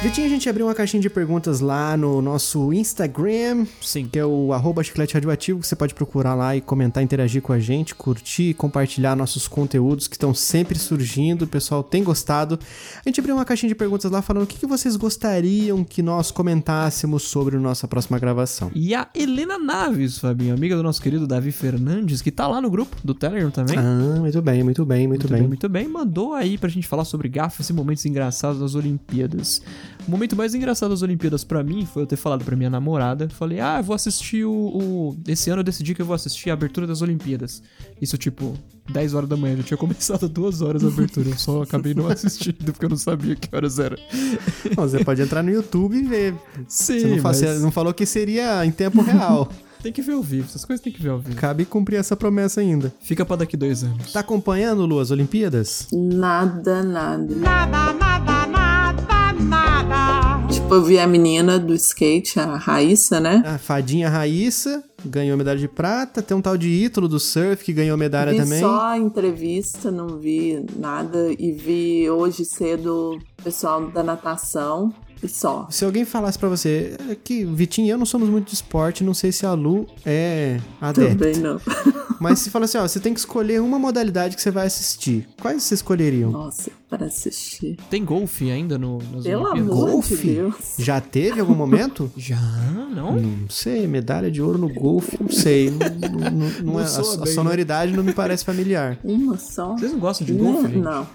Vitinho, a gente abriu uma caixinha de perguntas lá no nosso Instagram, Sim. que é o arroba chiclete radioativo, que você pode procurar lá e comentar, interagir com a gente, curtir, compartilhar nossos conteúdos que estão sempre surgindo, o pessoal tem gostado. A gente abriu uma caixinha de perguntas lá falando o que, que vocês gostariam que nós comentássemos sobre a nossa próxima gravação. E a Helena Naves, Fabinho, amiga do nosso querido Davi Fernandes, que tá lá no grupo do Telegram também. Ah, muito bem, muito bem, muito, Muito bem. bem. muito bem. Mandou aí pra gente falar sobre gafas e momentos engraçados das Olimpíadas. O momento mais engraçado das Olimpíadas pra mim foi eu ter falado pra minha namorada. Falei, ah, eu vou assistir o, o- Esse ano eu decidi que eu vou assistir a abertura das Olimpíadas. Isso, tipo, 10 horas da manhã. Já tinha começado duas horas a abertura. Eu só acabei não assistindo porque eu não sabia que horas era. Não, Você pode entrar no YouTube e ver. Sim, Você não, fa- mas você não falou que seria em tempo real. tem que ver ao vivo. Essas coisas tem que ver ao vivo. Cabe cumprir essa promessa ainda. Fica pra daqui dois anos. Tá acompanhando, Lu, as Olimpíadas? Nada, nada. Tipo, eu vi a menina do skate, a Raíssa, né? A Ah, fadinha Raíssa ganhou medalha de prata. Tem um tal de Ítalo do surf que ganhou medalha vi também. só a entrevista, não vi nada. E vi hoje cedo o pessoal da natação e só. Se alguém falasse pra você "É que Vitinho e eu não somos muito de esporte, não sei se a Lu é adepta. Também não. Mas se fala assim, ó, você tem que escolher uma modalidade que você vai assistir. Quais você escolheriam? Nossa, para assistir. Tem golfe ainda no, nas Pelo Olimpíadas? amor Golfe? de Deus. Já teve algum momento? Já? Não? Não sei, medalha de ouro no golfe, não sei. Não, não- não- não é- a, soa a bem, né? sonoridade não me parece familiar. Uma só? Vocês não gostam de golfe? Né? gente? Não,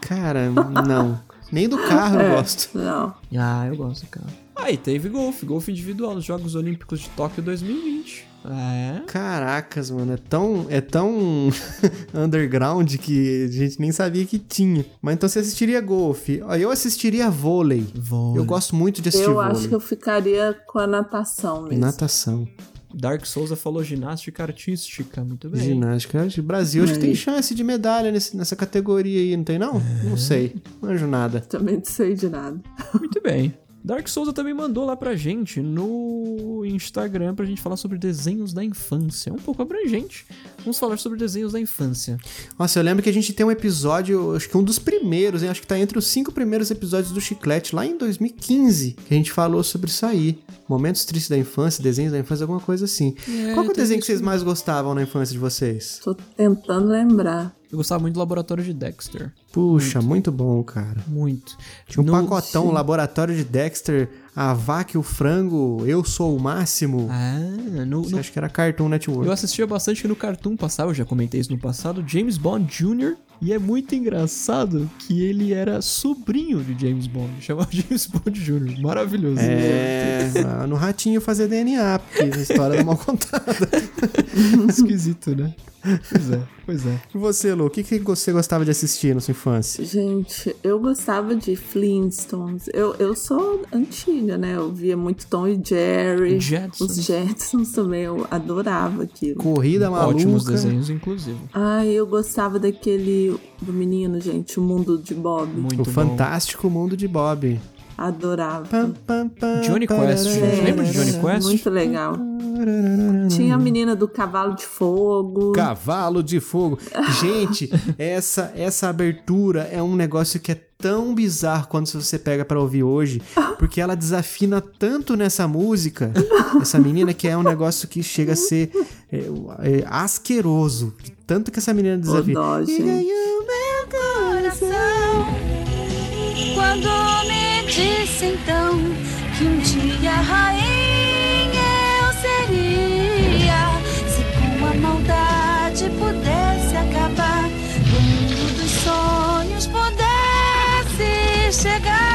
Cara, não. Nem do carro É. eu gosto. não. Ah, eu gosto, cara. Aí teve golfe, golfe individual nos Jogos Olímpicos de Tóquio 2020. É. Caracas, mano, é tão, é tão underground que a gente nem sabia que tinha. Mas então você assistiria golfe. Ó, Eu assistiria vôlei. Vou. Eu gosto muito de assistir Eu vôlei. acho que eu ficaria com a natação mesmo. Natação, Dark Souza falou ginástica artística. Muito bem. ginástica. acho que Brasil, acho que Aí. tem chance de medalha nesse- nessa categoria aí, não tem não? Não sei, não anjo nada. Também não sei de nada. Muito bem. Dark Souza também mandou lá pra gente no Instagram pra gente falar sobre desenhos da infância. É Um pouco abrangente. Vamos falar sobre desenhos da infância. Nossa, eu lembro que a gente tem um episódio, acho que um dos primeiros, hein? acho que tá entre os cinco primeiros episódios do Chiclete, lá em 2015, que a gente falou sobre isso aí. Momentos tristes da infância, desenhos da infância, alguma coisa assim. Qual que é o tem desenho que isso vocês mais gostavam na infância de vocês? Tô tentando lembrar. Eu gostava muito do laboratório de Dexter. Puxa, muito bom, cara. Muito. Tinha um No- pacotão, laboratório de Dexter, a vaca e o frango, eu sou o máximo. Ah, no, Isso no Acho que era Cartoon Network. Eu assistia bastante no Cartoon passava, eu já comentei isso no passado, James Bond Jr. E é muito engraçado que ele era sobrinho de James Bond. Chamava James Bond Jr. Maravilhoso. É, no ratinho fazer DNA, porque a história era mal contada. Esquisito, né? Pois é, pois é. E você, Lu, o que, que você gostava de assistir na sua infância? Gente, eu gostava de Flintstones. Eu, eu sou antiga, né? Eu via muito Tom e Jerry. Jetsons. Os Jetsons também, eu adorava aquilo. Corrida maluca. Ótimos desenhos, inclusive. Ai, eu gostava daquele do menino, gente, o mundo de Bob. Muito O bom. Fantástico Mundo de Bob. Adorava. Pam, pam, pam, Johnny Quest, parará. gente. Lembra de Johnny É, Quest? Hum. Muito legal. Tinha a menina do cavalo de fogo. Cavalo de fogo. Gente, essa essa abertura é um negócio que é tão bizarro quando você pega pra ouvir hoje, porque ela desafina tanto nessa música, essa menina que é um negócio que chega a ser é, é, asqueroso, de tanto que essa menina desafina. dó, E gente. ganhou meu coração. Quando me disse então que um dia rainha eu seria, se com a maldade pudesse acabar, o mundo dos sonhos pudesse chegar.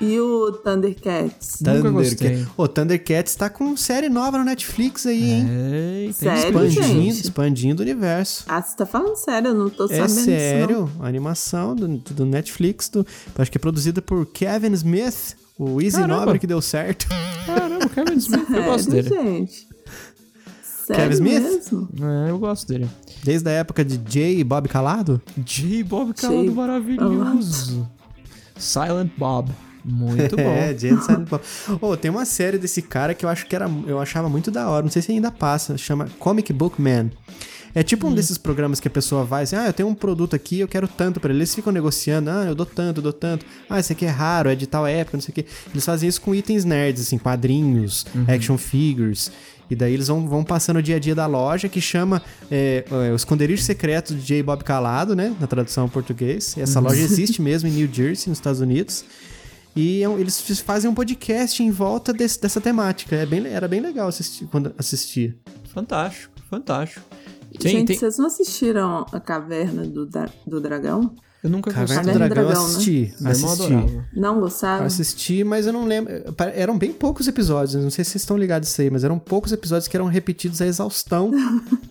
E o Thundercats. Nunca gostei. Thundercats. Ô, Thundercats tá com série nova no Netflix aí, hein? É, tem Sério, expandindo, gente? expandindo o universo. Ah, você tá falando sério, eu não tô É sabendo disso, não. sério, a animação do, do Netflix, do, acho que é produzida por Kevin Smith, o Easy Caramba. Nobre que deu certo. Caramba, Kevin Smith, eu gosto Sério, dele. gente. Sério Kevin Smith? mesmo? É, eu gosto dele. Desde a época de Jay e Bob Calado. J. Bob Calado J. maravilhoso. Silent Bob. Muito bom. É, Jay and Silent Bob. Ô, tem uma série desse cara que eu acho que era, eu achava muito da hora, não sei se ainda passa, chama Comic Book Man. É Hum. tipo um desses programas que a pessoa vai assim, ah, eu tenho um produto aqui, eu quero tanto pra ele. Eles ficam negociando, ah, eu dou tanto, eu dou tanto. Ah, esse aqui é raro, é de tal época, não sei o quê. Eles fazem isso com itens nerds, assim, quadrinhos, Uhum. action figures. E daí eles vão, vão passando o dia a dia da loja, que chama é, é, o Esconderijo Secreto de J. Bob Calado, né? Na tradução em português. E Essa Uhum. loja existe mesmo em New Jersey, nos Estados Unidos. E é um- eles f- fazem um podcast em volta desse- dessa temática. É bem, le- era bem legal assistir, quando assistia. Fantástico, fantástico. Tem, Gente, tem... vocês não assistiram a Caverna do, Dra- do Dragão? Eu nunca Caverna do Caverna do Dragão, eu Dragão, né? assisti. Meu irmão tá assisti. adorava. Não Eu gostaram? assisti, mas eu não lembro. eh, Pa- Eram bem poucos episódios, eu não sei se vocês estão ligados isso aí, mas eram poucos episódios que eram repetidos à exaustão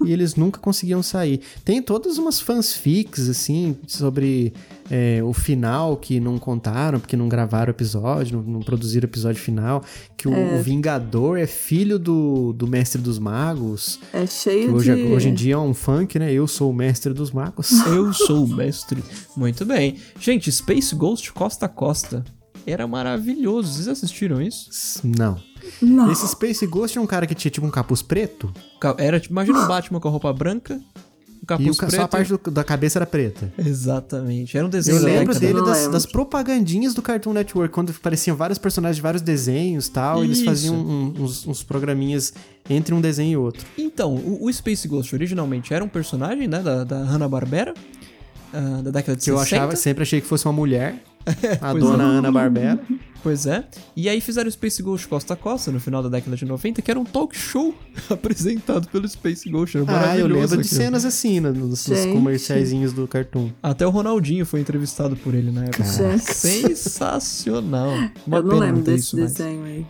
e eles nunca conseguiam sair. Tem todas umas fanfics, assim, sobre é, o final que não contaram, porque não gravaram o episódio, não, não produziram o episódio final. Que o, o Vingador é filho do, do Mestre dos Magos. É Que cheio hoje, de. hoje em dia é um funk, né? Eu sou o Mestre dos Magos. Eu sou o mestre. Muito bem. Gente, Space Ghost Costa a Costa. Era maravilhoso. Vocês assistiram isso? Não. Não. Esse Space Ghost é um cara que tinha tipo um capuz preto. Ca- Era, tipo, imagina o Batman com a roupa branca, o capuz e o ca- preto. só a parte do- da cabeça era preta. Exatamente. Era um desenho Eu da lembro década. dele Não das, lembro. das propagandinhas do Cartoon Network, quando apareciam vários personagens de vários desenhos e tal. Eles Isso. faziam um- uns, uns programinhas entre um desenho e outro. Então, o, o Space Ghost originalmente era um personagem, né, da, da Hanna-Barbera, ah, da década de Que eu 60. achava, sempre achei que fosse uma mulher. A Pois dona Ana Barbera. Pois é. E aí fizeram o Space Ghost Costa a Costa no final da década de 90, que era um talk show apresentado pelo Space Ghost. Ah, Era eu maravilhoso lembro de aquilo. cenas assim, no- nos, nos Gente. comerciaizinhos do Cartoon. Até o Ronaldinho foi entrevistado por ele na época. Caraca. Sensacional. Uma Eu não pena não lembro ter desse isso mais. desenho aí.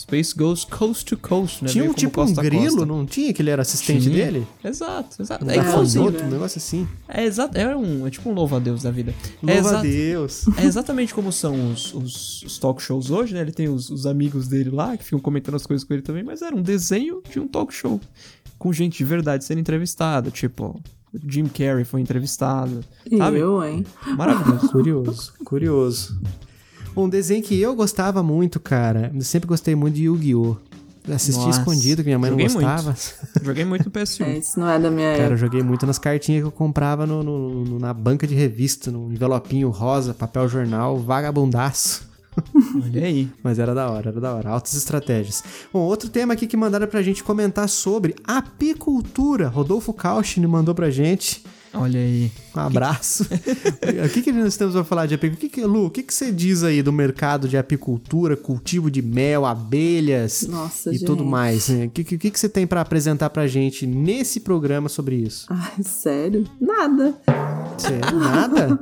Space Ghost Coast to Coast, né? tinha Veio um como tipo um costa a grilo, costa. não tinha? Que ele era assistente Tinha. dele? Exato, exato. Um É Não. igualzinho. gafanhoto, né? um negócio assim. É exato, é, um, é tipo um louva-a-Deus da vida. É Louva a exato- Deus. É exatamente como são os, os- os talk shows hoje, né? Ele tem os, os amigos dele lá que ficam comentando as coisas com ele também, mas era um desenho de um talk show. Com gente de verdade sendo entrevistada, tipo, o Jim Carrey foi entrevistado. E Sabe? eu, hein? Maravilhoso. Curioso, curioso. Um desenho que eu gostava muito, cara. Eu sempre gostei muito de Yu-Gi-Oh! Assisti Nossa, escondido, que minha mãe não joguei gostava. Joguei muito no PS1. É, isso não é da minha Cara, eu época. joguei muito nas cartinhas que eu comprava no- no- no- na banca de revista, num envelopinho rosa, papel jornal, vagabundaço. Olha aí. Mas era da hora, era da hora. Altas estratégias. Bom, outro tema aqui que mandaram pra gente comentar sobre apicultura. Rodolfo Cauchin mandou pra gente. Olha aí. Um abraço. o que, que nós temos pra falar de apicultura? O que que- Lu, o que, que você diz aí do mercado de apicultura, cultivo de mel, abelhas Nossa, e gente. tudo mais? né? O que, que, o que que você tem pra apresentar pra gente nesse programa sobre isso? Ai, sério? Nada. Você, é nada?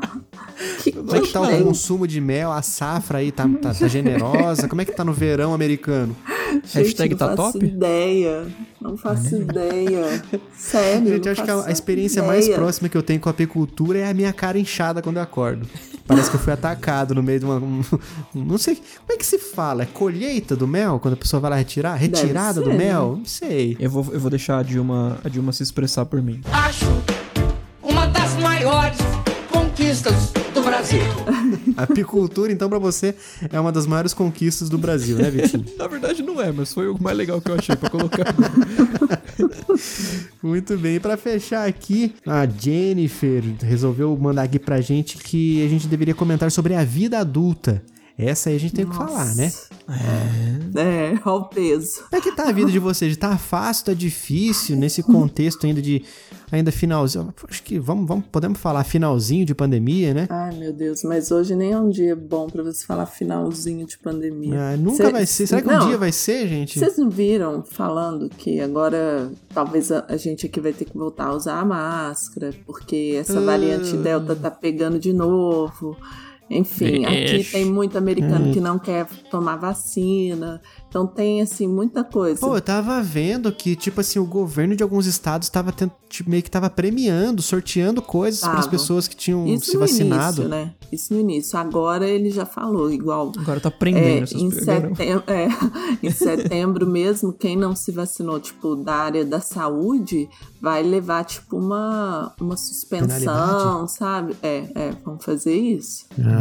Que, Como é que tá o tem? consumo de mel? A safra aí tá, tá- tá generosa? Como é que tá no verão americano? Gente, Hashtag não tá faço top? ideia. Não faço ideia. Sério. Ah, né? Gente, não eu acho que faço a experiência mais ideia. próxima que eu tenho com a apicultura é a minha cara inchada quando eu acordo. Parece que eu fui atacado no meio de uma. um- não sei. Como é que se fala? É colheita do mel? Quando a pessoa vai lá retirar? Retirada do ser, né? mel? Não sei. Eu vou, eu vou deixar a Dilma, a Dilma se expressar por mim. acho uma das maiores conquistas do Brasil. A apicultura, então, pra você, é uma das maiores conquistas do Brasil, né, Vitinho? Na verdade não é, mas foi o mais legal que eu achei pra colocar. Muito bem, e pra fechar aqui, a Jennifer resolveu mandar aqui pra gente que a gente deveria comentar sobre a vida adulta. Essa aí a gente tem o que falar, né? É, olha o peso. Como é que tá a vida de vocês? Tá fácil, tá difícil nesse contexto ainda de ainda finalzinho. Acho que vamos, vamos podemos falar finalzinho de pandemia, né? Ai, meu Deus, mas hoje nem é um dia bom pra você falar finalzinho de pandemia. Ah, nunca Cê- vai ser. Será que um Não, dia vai ser, gente? Vocês não viram falando que agora talvez a, a gente aqui vai ter que voltar a usar a máscara, porque essa Ah. variante Delta tá pegando de novo. Enfim, é aqui Vixe. tem muito hum. americano que não quer tomar vacina. Então tem, assim, muita coisa. Pô, eu tava vendo que, tipo assim, o governo de alguns estados tava tent- tipo, meio que tava premiando, sorteando coisas pras Tava. pessoas que tinham Isso se no vacinado. início, né? Isso no início. Agora ele já falou, igual. Agora tá É, prendendo essas em, pe- Agora- setem- é, em setembro mesmo, quem não se vacinou, tipo, da área da saúde, vai levar, tipo, uma, uma suspensão, Penalidade? sabe? É, é, vamos fazer isso. Ah.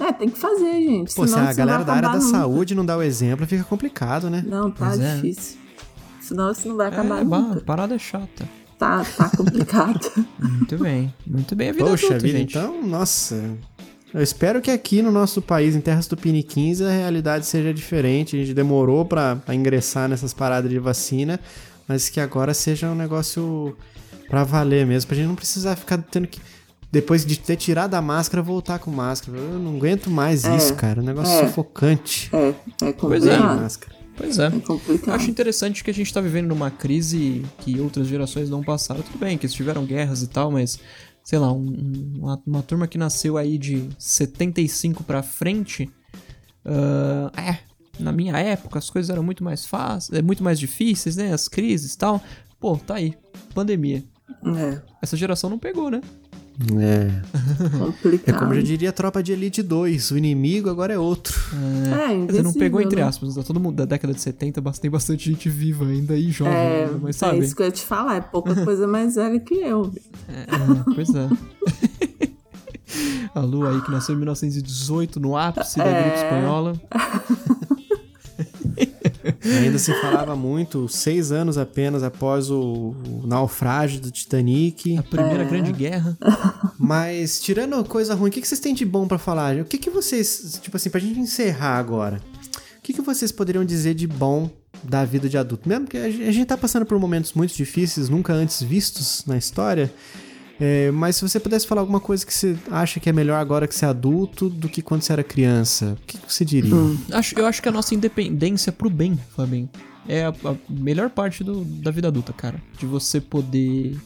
É, tem que fazer, gente. Pô, se senão a isso não galera vai da área da acabar nunca. saúde não dá o exemplo, fica complicado, né? Não, tá Pois é. difícil. Senão isso não vai É, acabar bah, nunca. parada é chata. tá, tá complicado. Muito bem, muito bem. A vida é Poxa adulta, vida, gente. então, nossa. Eu espero que aqui no nosso país, em terras tupiniquins, a realidade seja diferente. A gente demorou pra, pra ingressar nessas paradas de vacina, mas que agora seja um negócio pra valer mesmo, pra gente não precisar ficar tendo que. Depois de ter tirado a máscara, voltar com máscara. Eu não aguento mais É, isso, cara. É um negócio é. sufocante. É, é Pois é, Sem complicado. máscara. Pois é. É Eu complicado. acho interessante que a gente tá vivendo numa crise que outras gerações não passaram. Tudo bem, que eles tiveram guerras e tal, mas, sei lá, um- um- uma, uma turma que nasceu aí de 75 pra frente. ah, é, na minha época as coisas eram muito mais fáceis, é, muito mais difíceis, né? As crises e tal. Pô, tá aí. Pandemia. É, Essa geração não pegou, né? É. É complicado. como eu já diria Tropa de Elite 2. O inimigo agora é outro. É, Quer dizer, não pegou, entre invisível, né? aspas. Tá todo mundo da década de 70, bas- tem bastante gente viva ainda e jovem. É, ainda, mas é sabe? isso que eu ia te falar. É pouca coisa mais velha que eu. É, pois é. A Lu aí que nasceu em 1918 no ápice da gripe espanhola. E Ainda se falava muito, seis anos apenas após o, o naufrágio do Titanic. A primeira grande guerra. Mas, tirando coisa ruim, o que, que vocês têm de bom pra falar? O que, que vocês, tipo assim, pra gente encerrar agora, o que, que vocês poderiam dizer de bom da vida de adulto? Mesmo que a gen- a gente tá passando por momentos muito difíceis, nunca antes vistos na história. é, mas se você pudesse falar alguma coisa que você acha que é melhor agora que ser adulto do que quando você era criança, o que, que você diria? Acho, eu acho que a nossa independência pro bem, Fabinho, é a, a melhor parte do- da vida adulta, cara. De você poder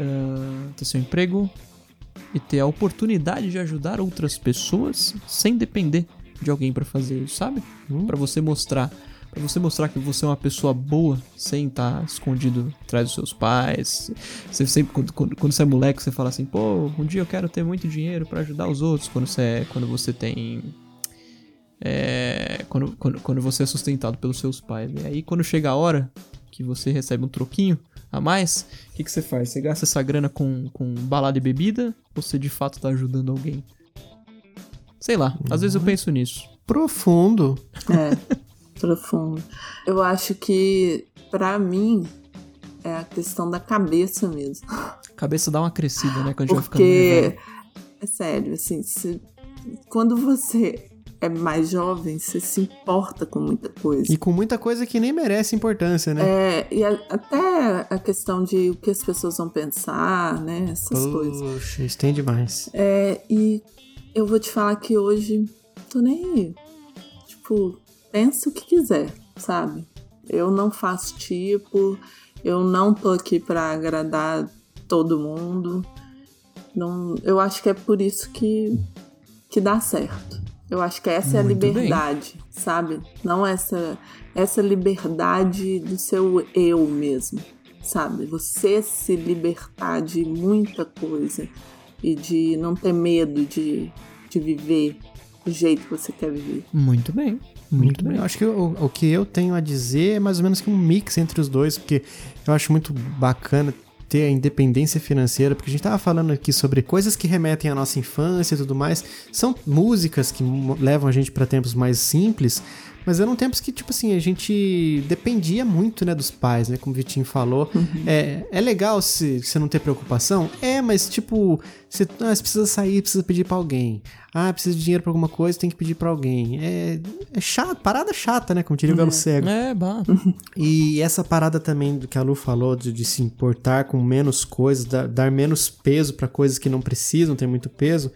ah, ter seu emprego e ter a oportunidade de ajudar outras pessoas sem depender de alguém pra fazer isso, sabe? Pra você mostrar. Pra você mostrar que você é uma pessoa boa sem estar escondido atrás dos seus pais. Você sempre, quando, quando, quando você é moleque, você fala assim, pô, um dia eu quero ter muito dinheiro pra ajudar os outros. Quando você, é- quando você tem é, quando, quando, quando você é sustentado pelos seus pais. E aí, quando chega a hora que você recebe um troquinho a mais, o que, que você faz? Você gasta essa grana com, com balada e bebida? Ou você de fato tá ajudando alguém? Sei lá, às vezes eu penso nisso. Profundo. É, profundo. Eu acho que, pra mim, é a questão da cabeça mesmo. Cabeça dá uma crescida, né? Quando a gente vai ficando meio Porque, velho. é sério, assim, se- quando você é mais jovem, você se importa com muita coisa. E com muita coisa que nem merece importância, né? É, e a- até a questão de o que as pessoas vão pensar, né? Essas coisas. Poxa, isso tem demais. É, e eu vou te falar que hoje tô nem aí. Tipo, pensa o que quiser, sabe? Eu não faço tipo, eu não tô aqui pra agradar todo mundo. Não, eu acho que é por isso que, que dá certo. Eu acho que essa é a Muito bem. liberdade, sabe? Não essa essa liberdade do seu eu mesmo, sabe? Você se libertar de muita coisa e de não ter medo de, de viver do jeito que você quer viver. Muito bem. Muito bem. Eu acho que o, o que eu tenho a dizer é mais ou menos que um mix entre os dois, porque eu acho muito bacana ter a independência financeira, porque a gente tava falando aqui sobre coisas que remetem à nossa infância e tudo mais. São músicas que mo- levam a gente para tempos mais simples, mas eram tempos que, tipo assim, a gente dependia muito, né, dos pais, né? Como o Vitinho falou. É, é legal se você não ter preocupação? É, mas, tipo, você, ah, você precisa sair, precisa pedir pra alguém. Ah, precisa de dinheiro pra alguma coisa, tem que pedir pra alguém. É, é chato, parada chata, né? Como diria o Galo Cego. É, bah. E essa parada também do que a Lu falou, de, de se importar com menos coisas, dar, dar menos peso pra coisas que não precisam ter muito peso,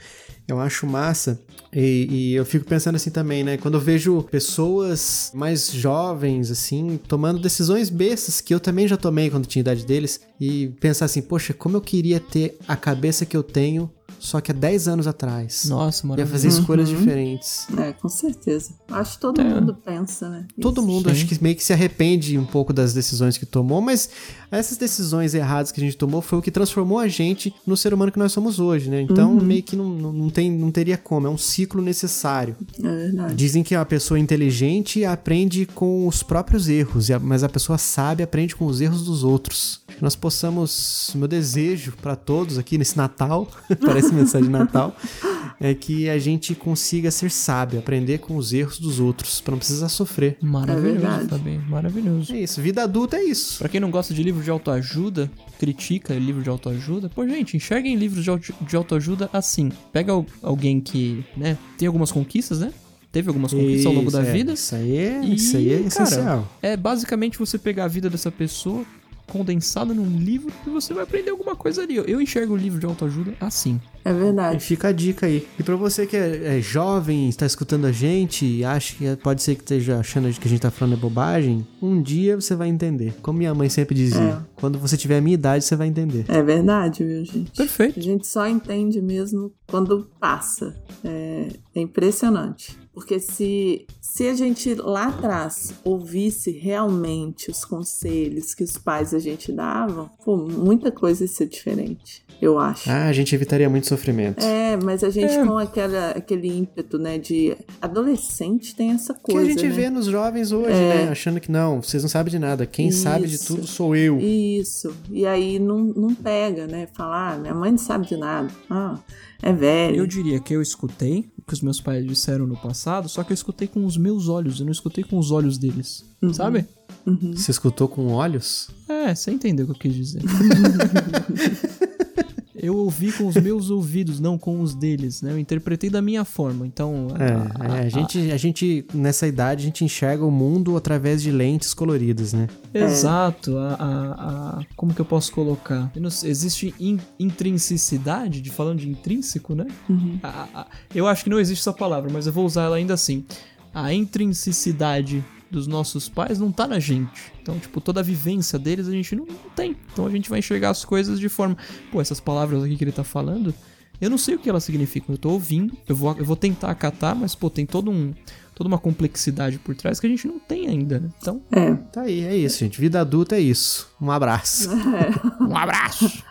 eu acho massa. E, e eu fico pensando assim também, né? Quando eu vejo pessoas mais jovens, assim, tomando decisões bestas, que eu também já tomei quando tinha a idade deles, e pensar assim, poxa, como eu queria ter a cabeça que eu tenho, só que há 10 anos atrás. Nossa, Ia maravilhoso. fazer escolhas diferentes. É, com certeza. Acho que todo É. mundo pensa, né? Todo mundo Sim. acho que meio que se arrepende um pouco das decisões que tomou, mas essas decisões erradas que a gente tomou foi o que transformou a gente no ser humano que nós somos hoje, né? Então meio que não, não, não tem, não teria como, é um ciclo necessário. É verdade. Dizem que a pessoa inteligente aprende com os próprios erros, e a- mas a pessoa sábia aprende com os erros dos outros. que nós possamos, meu desejo para todos aqui nesse Natal, parece mensagem de Natal, é que a gente consiga ser sábio, aprender com os erros dos outros, para não precisar sofrer. Maravilhoso verdade. também, maravilhoso. É isso, vida adulta é isso. Pra quem não gosta de livro de autoajuda, critica livro de autoajuda, pô, gente, enxerguem livros de, au- de autoajuda assim. Pega al- alguém que, né, tem algumas conquistas, né? Teve algumas conquistas ao longo da é, vida. Isso aí é, E, isso aí é cara, essencial. É basicamente você pegar a vida dessa pessoa condensada num livro e você vai aprender alguma coisa ali. Eu enxergo o livro de autoajuda assim. É E verdade. fica a dica aí. E pra você que é, é jovem, está escutando a gente e acha que é, pode ser que esteja achando que a gente tá falando é bobagem, um dia você vai entender. Como minha mãe sempre dizia, quando você tiver a minha idade, você vai entender. É verdade, viu, gente? A Perfeito. gente só entende mesmo quando passa. É, é impressionante. Porque se, se a gente lá atrás ouvisse realmente os conselhos que os pais a gente davam, pô, muita coisa ia ser diferente, eu acho. Ah, a gente evitaria muito sofrimento. É, mas a gente É. com aquela, aquele ímpeto, né, de adolescente tem essa que coisa, a gente né? É. vê nos jovens hoje, né? Achando que não, vocês não sabem de nada. Quem sabe de Isso. tudo sou eu. Isso. E aí não, não pega, né? Falar, ah, minha mãe não sabe de nada. Ah, é velho. Eu diria que eu escutei o que os meus pais disseram no passado, só que eu escutei com os meus olhos, eu não escutei com os olhos deles. Uhum. Sabe? Você escutou com olhos? É, você entendeu o que eu quis dizer. eu ouvi com os meus ouvidos, não com os deles, né? Eu interpretei da minha forma. Então, É, é, a, gente, a gente, nessa idade, a gente enxerga o mundo através de lentes coloridas, né? Exato, a, a- a- como que eu posso colocar? Eu não sei, existe in- intrinsicidade, de falando de intrínseco, né? A- a- a- eu acho que não existe essa palavra, mas eu vou usar ela ainda assim. A intrinsicidade dos nossos pais não tá na gente. Então, tipo, toda a vivência deles a gente não, não tem. Então a gente vai enxergar as coisas de forma. Pô, essas palavras aqui que ele tá falando, eu não sei o que elas significam. Eu tô ouvindo, eu vou, eu vou tentar acatar, mas, pô, tem todo um. Toda uma complexidade por trás que a gente não tem ainda, né? Então, É. Tá aí, é isso, gente. Vida adulta é isso. Um abraço. um abraço!